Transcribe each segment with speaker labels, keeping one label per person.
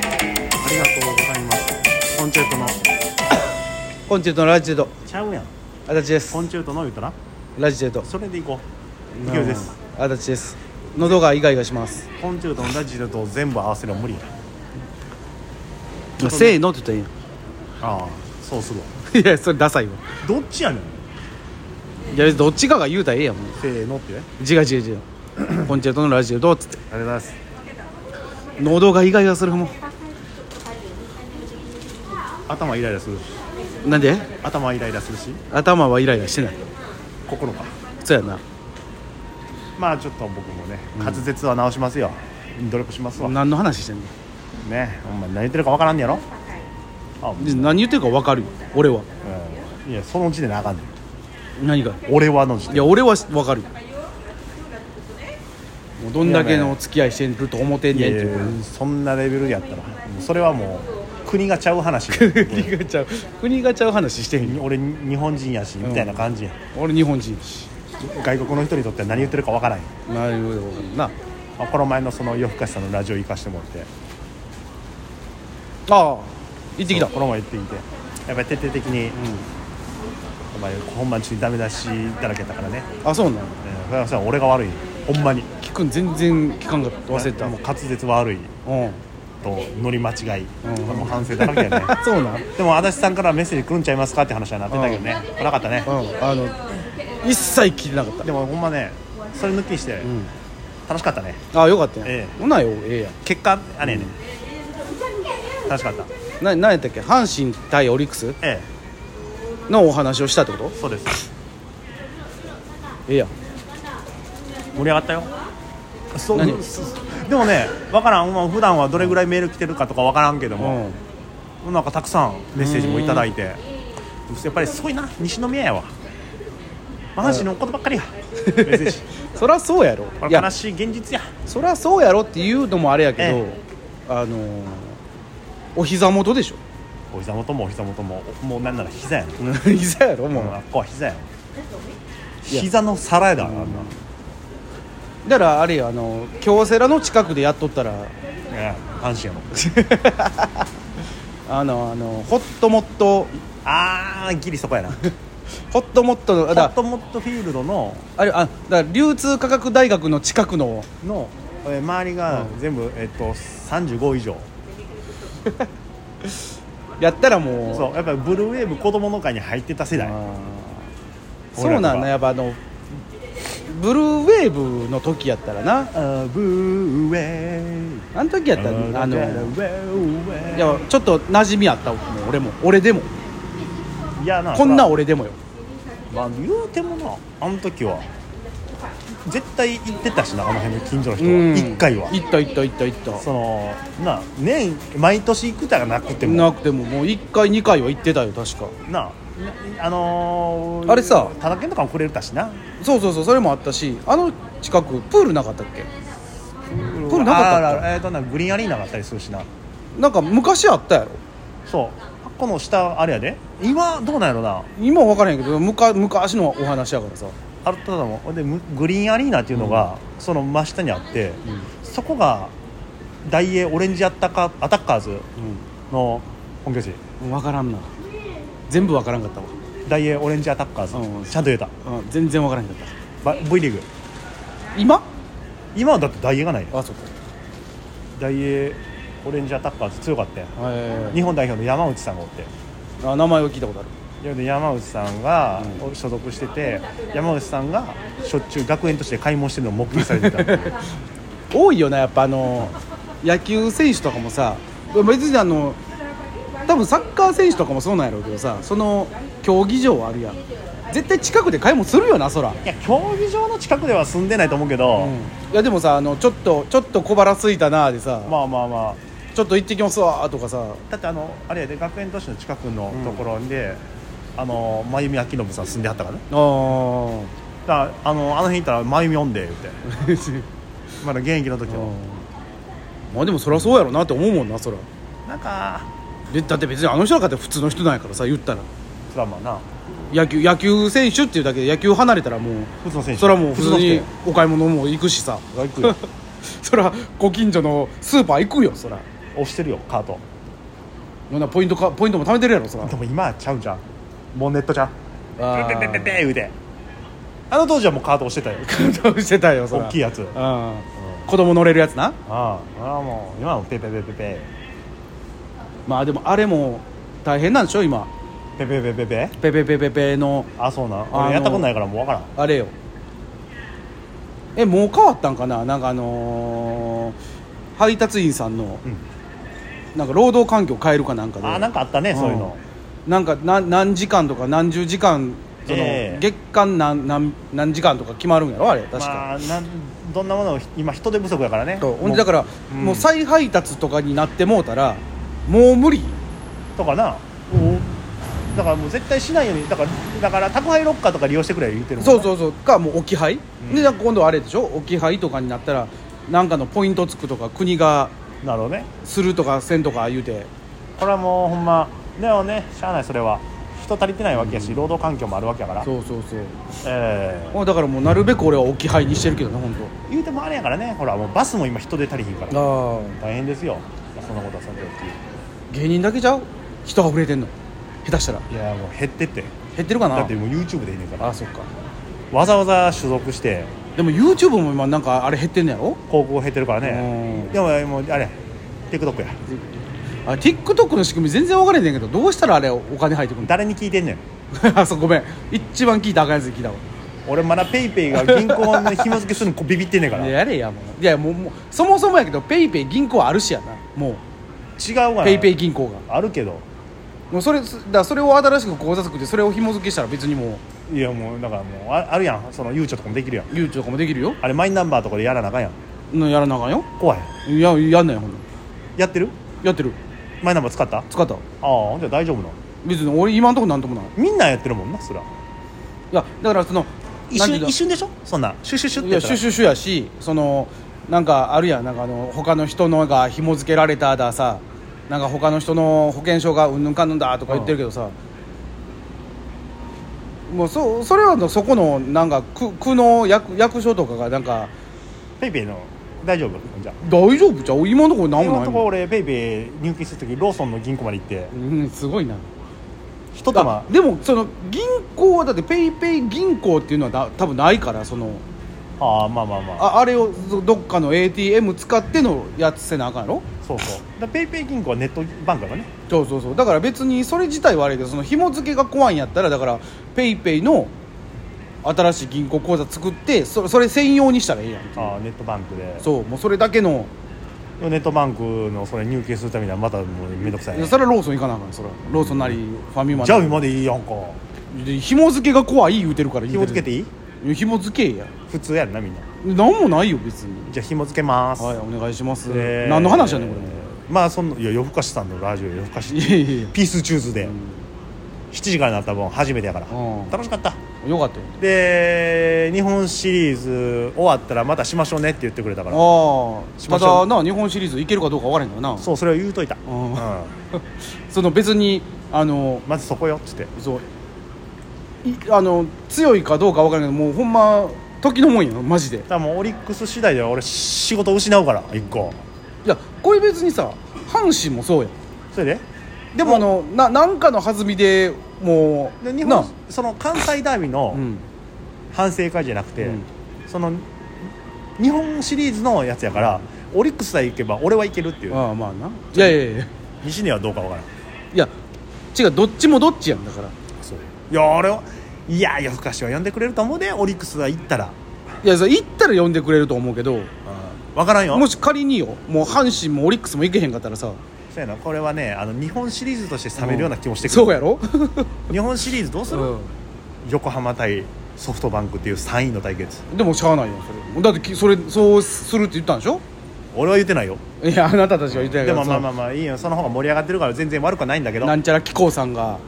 Speaker 1: ありがとうございますコンチェルトの
Speaker 2: コンチェルトのラジチェルト
Speaker 1: ちゃうやん
Speaker 2: 足立です
Speaker 1: コンチェルトの言うたら
Speaker 2: ラジチェルト
Speaker 1: それでいこう勢いです
Speaker 2: うん足立です喉がイガイガします
Speaker 1: コンチェルトのラジルと全部合わせるの無理や
Speaker 2: せーのって言っ
Speaker 1: ああそうするわ
Speaker 2: たらいいやんいやそれダサいわ
Speaker 1: どっちやねん
Speaker 2: いや別にどっちかが言うたらええやんもう
Speaker 1: せーのってね
Speaker 2: 違う違う 違うコンチェルトのラジチェルトっつって
Speaker 1: ありがとうございます
Speaker 2: 喉がイガイガするも
Speaker 1: 頭イライラするし
Speaker 2: うなんで
Speaker 1: 頭イライラするし
Speaker 2: 頭はイライラしてない
Speaker 1: 心か
Speaker 2: そうやな
Speaker 1: まあちょっと僕もね滑舌は直しますよ、努力しますわね
Speaker 2: 何の話してんの
Speaker 1: お前何言ってるか分からんねやろあ、うん
Speaker 2: で何言ってるか分かるよ俺はい
Speaker 1: やその時点であかんねん
Speaker 2: 何が
Speaker 1: 俺はの時
Speaker 2: い
Speaker 1: 点
Speaker 2: や俺は分かるよもうどんだけのお付き合いしてると思ってん
Speaker 1: いや
Speaker 2: ねんっ
Speaker 1: い
Speaker 2: て
Speaker 1: やい
Speaker 2: い
Speaker 1: うやそんなレベルやったらもうそれはもう国がちゃう 話や
Speaker 2: 国がちゃう国がちゃう話してへんよ
Speaker 1: 俺日本人やしみたいな感じや、
Speaker 2: 俺日本人やし
Speaker 1: 外国の人にとっては何言ってるかわからんよ
Speaker 2: なるほどな
Speaker 1: あこの前のその夜更かしさんのラジオ行かしてもらって
Speaker 2: ああ行ってきた
Speaker 1: この前行ってきてやっぱり徹底的に、お前本番中にダメ出しだらけだからね、
Speaker 2: あそうな
Speaker 1: う
Speaker 2: の
Speaker 1: んそれはそれは俺が悪いほんまに
Speaker 2: 聞くん全然聞かんかった忘れてたう
Speaker 1: もう滑舌悪い
Speaker 2: ん
Speaker 1: と乗り間違い、
Speaker 2: うん
Speaker 1: もう反省だらけや ね
Speaker 2: そうなの
Speaker 1: でも足立さんからメッセージ来るんちゃいますかって話はなってたけどね、来なかったね、
Speaker 2: うんあの一切聞いてなかっ
Speaker 1: でもほんまねそれ抜きにして、
Speaker 2: ん
Speaker 1: 楽しかったね
Speaker 2: たああよかったやん、
Speaker 1: ええ
Speaker 2: ほなよええやん
Speaker 1: 結果あれやね、楽しかった
Speaker 2: な何やったっけ阪神対オリックス
Speaker 1: え
Speaker 2: のお話をしたってこと
Speaker 1: えそうです
Speaker 2: ええやん
Speaker 1: 盛り上がったよそう
Speaker 2: 何
Speaker 1: そでもね分からんまあ普段はどれぐらいメール来てるかとか分からんけど
Speaker 2: う
Speaker 1: も、
Speaker 2: ん
Speaker 1: なんかたくさんメッセージもいただいてやっぱりすごいな西宮やわまあ阪神のことばっ かりやメッセージ
Speaker 2: そらそうやろ
Speaker 1: こ
Speaker 2: い
Speaker 1: れ
Speaker 2: や
Speaker 1: 悲しい現実や
Speaker 2: そりゃそうやろっていうのもあれやけど、
Speaker 1: え
Speaker 2: あのーお膝元でしょ
Speaker 1: お膝元もお膝元ももうなんなら膝やね、
Speaker 2: 膝やろもう、
Speaker 1: うん、あっこは膝やわ
Speaker 2: いや
Speaker 1: 膝の皿やだからな、
Speaker 2: だからあれやあの京セラの近くでやっとったら
Speaker 1: ええ阪 神やの
Speaker 2: あのあのホットモット
Speaker 1: ああギリそこやなホ
Speaker 2: ホットモットのだ
Speaker 1: ッ
Speaker 2: か
Speaker 1: トモットフィールドの
Speaker 2: らあれあだから流通科学大学の近くの
Speaker 1: の、えー周りが全部、えっと35以上
Speaker 2: やったらもう
Speaker 1: そうやっぱりブルーウェーブ子供の会に入ってた世代
Speaker 2: あーそ
Speaker 1: 俺ら
Speaker 2: う
Speaker 1: とか
Speaker 2: なんだやっぱあのブルーウェーブの時やったらな
Speaker 1: あブルーウェー
Speaker 2: あの時やった
Speaker 1: ブ
Speaker 2: らあの
Speaker 1: ブル
Speaker 2: い
Speaker 1: ーウェー
Speaker 2: やちょっと馴染みあったもん俺も俺でも
Speaker 1: いやな
Speaker 2: こんな
Speaker 1: そ
Speaker 2: 俺でもよ
Speaker 1: らまあ言うてもなあの時は絶対行ってたしなあの辺の近所の人は
Speaker 2: うん
Speaker 1: 1回は
Speaker 2: 行った行った行った行った
Speaker 1: そのな年毎年行くじゃなくて
Speaker 2: な
Speaker 1: も
Speaker 2: くてももう1回2回は行ってたよ確か
Speaker 1: なあのー、
Speaker 2: あれさ
Speaker 1: タダ券とかもくれるたしな
Speaker 2: そうそうそうそれもあったしあの近くプールなかったっけ
Speaker 1: プ
Speaker 2: ールなかったっけ
Speaker 1: えー、となグリーンアリーナがあったりするしな
Speaker 2: なんか昔あったやろ
Speaker 1: そうあこの下あれやで今どうなんやろな
Speaker 2: 今は分からへんけどむか昔のお話やからさ
Speaker 1: あっただもんでむグリーンアリーナっていうのが、その真下にあって、そこが大英オレンジアタッカーアタッカーズの本拠地
Speaker 2: うん分からんな全部分からんかったわ、
Speaker 1: 大英オレンジアタッカーズ、
Speaker 2: うん
Speaker 1: ちゃんと言えた
Speaker 2: うん、全然分からんかった
Speaker 1: ば V リーグ
Speaker 2: 今
Speaker 1: 今はだって大英がないよ
Speaker 2: あそっか
Speaker 1: 大英オレンジアタッカーズ強かったよ
Speaker 2: え
Speaker 1: 日本代表の山内さんがおって
Speaker 2: あ名前を聞いたことある
Speaker 1: で山内さんが所属してて、山内さんがしょっちゅう学園として買い物してるのを目撃されて た
Speaker 2: 多いよなやっぱあの野球選手とかもさ別にあの多分サッカー選手とかもそうなんやろうけどさその競技場あるやん絶対近くで買い物するよなそら、
Speaker 1: いや競技場の近くでは住んでないと思うけど、
Speaker 2: いやでもさあのちょっとちょっと小腹ついたなでさ、
Speaker 1: まあまあまあ
Speaker 2: ちょっと行ってきますわとかさ
Speaker 1: だってあのあれやで学園都市の近くのところで、あの真由美明信さん住んではったからね
Speaker 2: あー
Speaker 1: だからあのあの辺行ったら真由美おんで言ってまだ現役の時は
Speaker 2: まあでもそりゃそうやろなって思うもんなそら
Speaker 1: なんか
Speaker 2: でだって別にあの人なんかって普通の人なんやからさ言ったら
Speaker 1: そらまあな
Speaker 2: 野球野球選手っていうだけで野球離れたらも
Speaker 1: 普通の選
Speaker 2: う
Speaker 1: 手
Speaker 2: そらもう普通に
Speaker 1: の
Speaker 2: お買い物も行くしさ
Speaker 1: 人が行くよ
Speaker 2: そらご近所のスーパー行くよそら
Speaker 1: 押してるよカート
Speaker 2: ほんならポイントかポイントも貯めてるやろそら
Speaker 1: でも今はちゃうじゃんもうネットじゃん
Speaker 2: あ
Speaker 1: ペペペペペ
Speaker 2: ー
Speaker 1: 言うてあの当時はもうカート押してたよ
Speaker 2: 感動してたよそら
Speaker 1: 大きいやつ
Speaker 2: うん子供乗れるやつな
Speaker 1: ああああもう今はもうペペペペペ
Speaker 2: まあでもあれも大変なんでしょ今
Speaker 1: ペペペペペ
Speaker 2: ペペペペペの
Speaker 1: あそうなん
Speaker 2: あの
Speaker 1: 俺やったことないからもうわからん
Speaker 2: あれよえもう変わったんかななんかあのー配達員さんの、
Speaker 1: うん
Speaker 2: なんか労働環境変えるかなんかで
Speaker 1: あなんかあったねそういうの
Speaker 2: うんなんか何何時間とか何十時間その、
Speaker 1: ええ
Speaker 2: 月間何何何時間とか決まるんやろあれ確か、
Speaker 1: まあなんどんなものを今人手不足やからね
Speaker 2: そうほんでだから、
Speaker 1: うん
Speaker 2: もう再配達とかになってもうたらもう無理
Speaker 1: とかなだからもう絶対しないようにだからだから宅配ロッカーとか利用してくれ言ってるもんね
Speaker 2: そうそうそうかもう置き配、
Speaker 1: うん
Speaker 2: でなんか今度はあれでしょ置き配とかになったらなんかのポイントつくとか国が
Speaker 1: なるほどね
Speaker 2: するとかせんとか言うて
Speaker 1: これはもうほんまでもねしゃあないそれは人足りてないわけやし、労働環境もあるわけやから
Speaker 2: そうそうそう
Speaker 1: ええ
Speaker 2: まあだからもうなるべく俺は置き配にしてるけどね本
Speaker 1: 言うてもあれやからねほらもうバスも今人手足りひんから
Speaker 2: 当。ああ
Speaker 1: 大変ですよそんなことはその時
Speaker 2: 芸人だけちゃう人あふれてんの下手したら
Speaker 1: いやもう減ってって
Speaker 2: 減ってるかな
Speaker 1: だってもう YouTube でいいねんから
Speaker 2: あそっか
Speaker 1: わざわざ所属して
Speaker 2: でも YouTube も今なんかあれ減ってんのやろ
Speaker 1: 高校減ってるからね
Speaker 2: うん
Speaker 1: でももうあれ TikTok や
Speaker 2: あ TikTok の仕組み全然分からへんねんけどどうしたらあれお金入ってくるんだ
Speaker 1: 誰に聞いてんねん
Speaker 2: あそうごめん一番聞いたらあかんやつに聞いたわ
Speaker 1: 俺まだペイペイが銀行の紐付けするのこうビビってんねんから
Speaker 2: い
Speaker 1: 違
Speaker 2: ややれやもういやもうもうそもそもやけどペイペイ銀行あるしやなも
Speaker 1: うが
Speaker 2: う
Speaker 1: な
Speaker 2: ペイペイ銀行が
Speaker 1: あるけど
Speaker 2: もうそれだからそれを新しく口座作ってそれを紐付けしたら別にも
Speaker 1: いやもうだからもうああるやんそのゆうちょとかもできるやん
Speaker 2: う YouTube とかもできるよ
Speaker 1: あれマイナンバーとかでやらなあかんやん
Speaker 2: のやらなあかんよ
Speaker 1: 怖い
Speaker 2: いややんないよほんなら
Speaker 1: やってる
Speaker 2: やってる
Speaker 1: マイナンバー使ったあ
Speaker 2: 使った
Speaker 1: あほんじゃ大丈夫なの
Speaker 2: 別に俺今んとこなんともないい
Speaker 1: みんなやってるもんなそら
Speaker 2: やだからその
Speaker 1: 一
Speaker 2: なんてい
Speaker 1: 瞬
Speaker 2: うの
Speaker 1: 一瞬でしょそんなシュシュシュって
Speaker 2: い
Speaker 1: やっ
Speaker 2: や
Speaker 1: た
Speaker 2: シ
Speaker 1: ら
Speaker 2: ュシュシュやしそのなんかあるやんなんかあの他の人のが紐付けられたださなんか他の人の保険証がうんぬんかんぬんだとか言ってるけどさ、もうそそれはそこのなんか区区の役役所とかがなんか
Speaker 1: ペイペイの大丈夫じゃあ
Speaker 2: 大丈夫じゃう今のところ何
Speaker 1: 今
Speaker 2: も
Speaker 1: の
Speaker 2: ない
Speaker 1: ところ
Speaker 2: もん
Speaker 1: 俺ペイペイ入金する時ローソンの銀行まで行って
Speaker 2: うんすごいな
Speaker 1: 一玉
Speaker 2: あでもその銀行はだってペイペイ銀行っていうのはだ多分ないからその
Speaker 1: ああまあまあまあ
Speaker 2: ああれをどどっかの ATM 使ってのやつせなあかんやろ
Speaker 1: そうそうだからペイペイ銀行はネットバンクだからね
Speaker 2: そうそうそうだから別にそれ自体はあれだけどその紐付けが怖いんやったらだからペイペイの新しい銀行口座作ってそそれ専用にしたらええやんっていう
Speaker 1: ああネットバンクで
Speaker 2: そうもうそれだけの
Speaker 1: ネットバンクのそれ入金するためにはまたもうめんどくさい,、
Speaker 2: いやそれはローソン行かなあかんそれはローソンなりファミマなり
Speaker 1: じゃあ今でいいやんか
Speaker 2: で紐付けが怖い言うてるから
Speaker 1: 紐付けて
Speaker 2: い
Speaker 1: いい
Speaker 2: いや紐付けや
Speaker 1: 普通やんなみんな
Speaker 2: 何もないよ別に
Speaker 1: じゃあ紐付けます、
Speaker 2: はいお願いします
Speaker 1: で
Speaker 2: 何の話やねんこ
Speaker 1: まあそのいや夜更かしさんのラジオ夜更か
Speaker 2: れい
Speaker 1: し
Speaker 2: やいやいや
Speaker 1: ピースチューズで、7時からなった分初めてやから、
Speaker 2: うん
Speaker 1: 楽しかった
Speaker 2: よかったよ
Speaker 1: で日本シリーズ終わったらまたしましょうねって言ってくれたから
Speaker 2: あ
Speaker 1: し
Speaker 2: あ
Speaker 1: ま
Speaker 2: た
Speaker 1: しょ
Speaker 2: だ
Speaker 1: う
Speaker 2: な日本シリーズいけるかどうか分からへんからな
Speaker 1: そうそれを言うといた、
Speaker 2: うん
Speaker 1: うん
Speaker 2: その別にあの
Speaker 1: まずそこよっつって
Speaker 2: そういあの強いかどうか分からないけどもうほんま時のもんやマジで
Speaker 1: だからもうオリックス次第では俺仕事失うから一個
Speaker 2: いやこれ別にさ阪神もそうや
Speaker 1: それで
Speaker 2: でもあのななんかの弾みでもう
Speaker 1: で日
Speaker 2: な
Speaker 1: 本その関西ダービーの
Speaker 2: うん
Speaker 1: 反省会じゃなくて、
Speaker 2: うん
Speaker 1: その日本シリーズのやつやからオリックスさえ行けば俺はいけるっていう
Speaker 2: ああまあないやいやいや
Speaker 1: 西根はどうかわからん
Speaker 2: いや違うどっちもどっちやんだから
Speaker 1: そういや俺はいや夜更かしは呼んでくれると思うでオリックスは行ったら、
Speaker 2: いやそれ行ったら呼んでくれると思うけど
Speaker 1: わからんよ
Speaker 2: もし仮によもう阪神もオリックスも行けへんかったらさ
Speaker 1: そうやなこれはねあの日本シリーズとして冷めるような気もしてくる、
Speaker 2: そうやろ、
Speaker 1: 日本シリーズどうする、
Speaker 2: う
Speaker 1: 横浜対ソフトバンクっていう3位の対決
Speaker 2: ん、でもしゃあないやんそれだってきそれそうするって言ったんでしょ
Speaker 1: 俺は言ってないよ
Speaker 2: いやあなたたちが言ってたけ
Speaker 1: で
Speaker 2: ど
Speaker 1: も
Speaker 2: そ
Speaker 1: ま
Speaker 2: の
Speaker 1: あまあまあいいよその方が盛り上がってるから全然悪くはないんだけど、う、
Speaker 2: なんんちゃら貴公さんが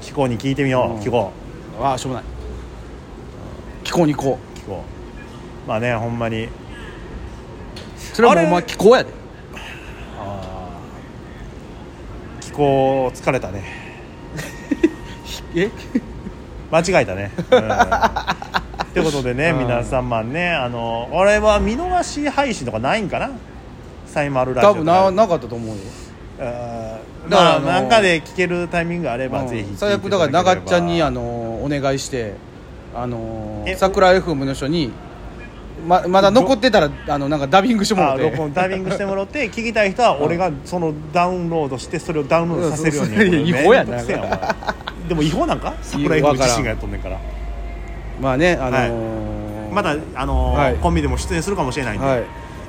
Speaker 1: 気候に聞いてみよ
Speaker 2: うん
Speaker 1: う気候
Speaker 2: ああしょうもない気候に行こ
Speaker 1: 気候まあねほんまに
Speaker 2: うそれはもうお
Speaker 1: あ
Speaker 2: 前
Speaker 1: れ
Speaker 2: 気候やで
Speaker 1: 気候疲れたね
Speaker 2: え
Speaker 1: 間違えたね。うん、ということでね、
Speaker 2: うん
Speaker 1: 皆様ね、あの、俺は見逃し配信とかないんかな。サイマルラジオ
Speaker 2: 多
Speaker 1: とか
Speaker 2: 分ななかったと思うよ
Speaker 1: あー
Speaker 2: だから
Speaker 1: ま
Speaker 2: あ
Speaker 1: あ
Speaker 2: の
Speaker 1: なんかで聞けるタイミングがあれば
Speaker 2: うん
Speaker 1: ぜひ聞いていた
Speaker 2: 最
Speaker 1: だ
Speaker 2: 悪
Speaker 1: けれ
Speaker 2: だ
Speaker 1: ば
Speaker 2: から長っちゃんにあのお願いしてあの
Speaker 1: え
Speaker 2: 桜 FM の人にままだ残ってたらあのなんかダビングしてもら
Speaker 1: あ
Speaker 2: っ
Speaker 1: 録
Speaker 2: て
Speaker 1: 音ダビングしてもらって聞きたい人は俺がそのダウンロードしてそれをダウンロードさせるよう
Speaker 2: うんそうそう
Speaker 1: に
Speaker 2: いや違法やな
Speaker 1: めんどくせえお前でも違法なんか桜井
Speaker 2: わ
Speaker 1: 君
Speaker 2: からん
Speaker 1: 自身がやっとんねんから
Speaker 2: まあねあの
Speaker 1: まだあのー
Speaker 2: はい
Speaker 1: コンビでも出演するかもしれないんで、
Speaker 2: はい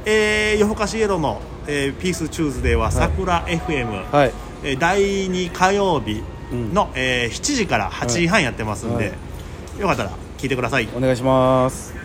Speaker 1: えー夜更かしイエローの、えーピースチューズデーは桜 FM、
Speaker 2: はい
Speaker 1: えー第2火曜日の、えー7時から8時半やってますんで、
Speaker 2: はい
Speaker 1: よかったら聞いてください
Speaker 2: お願いします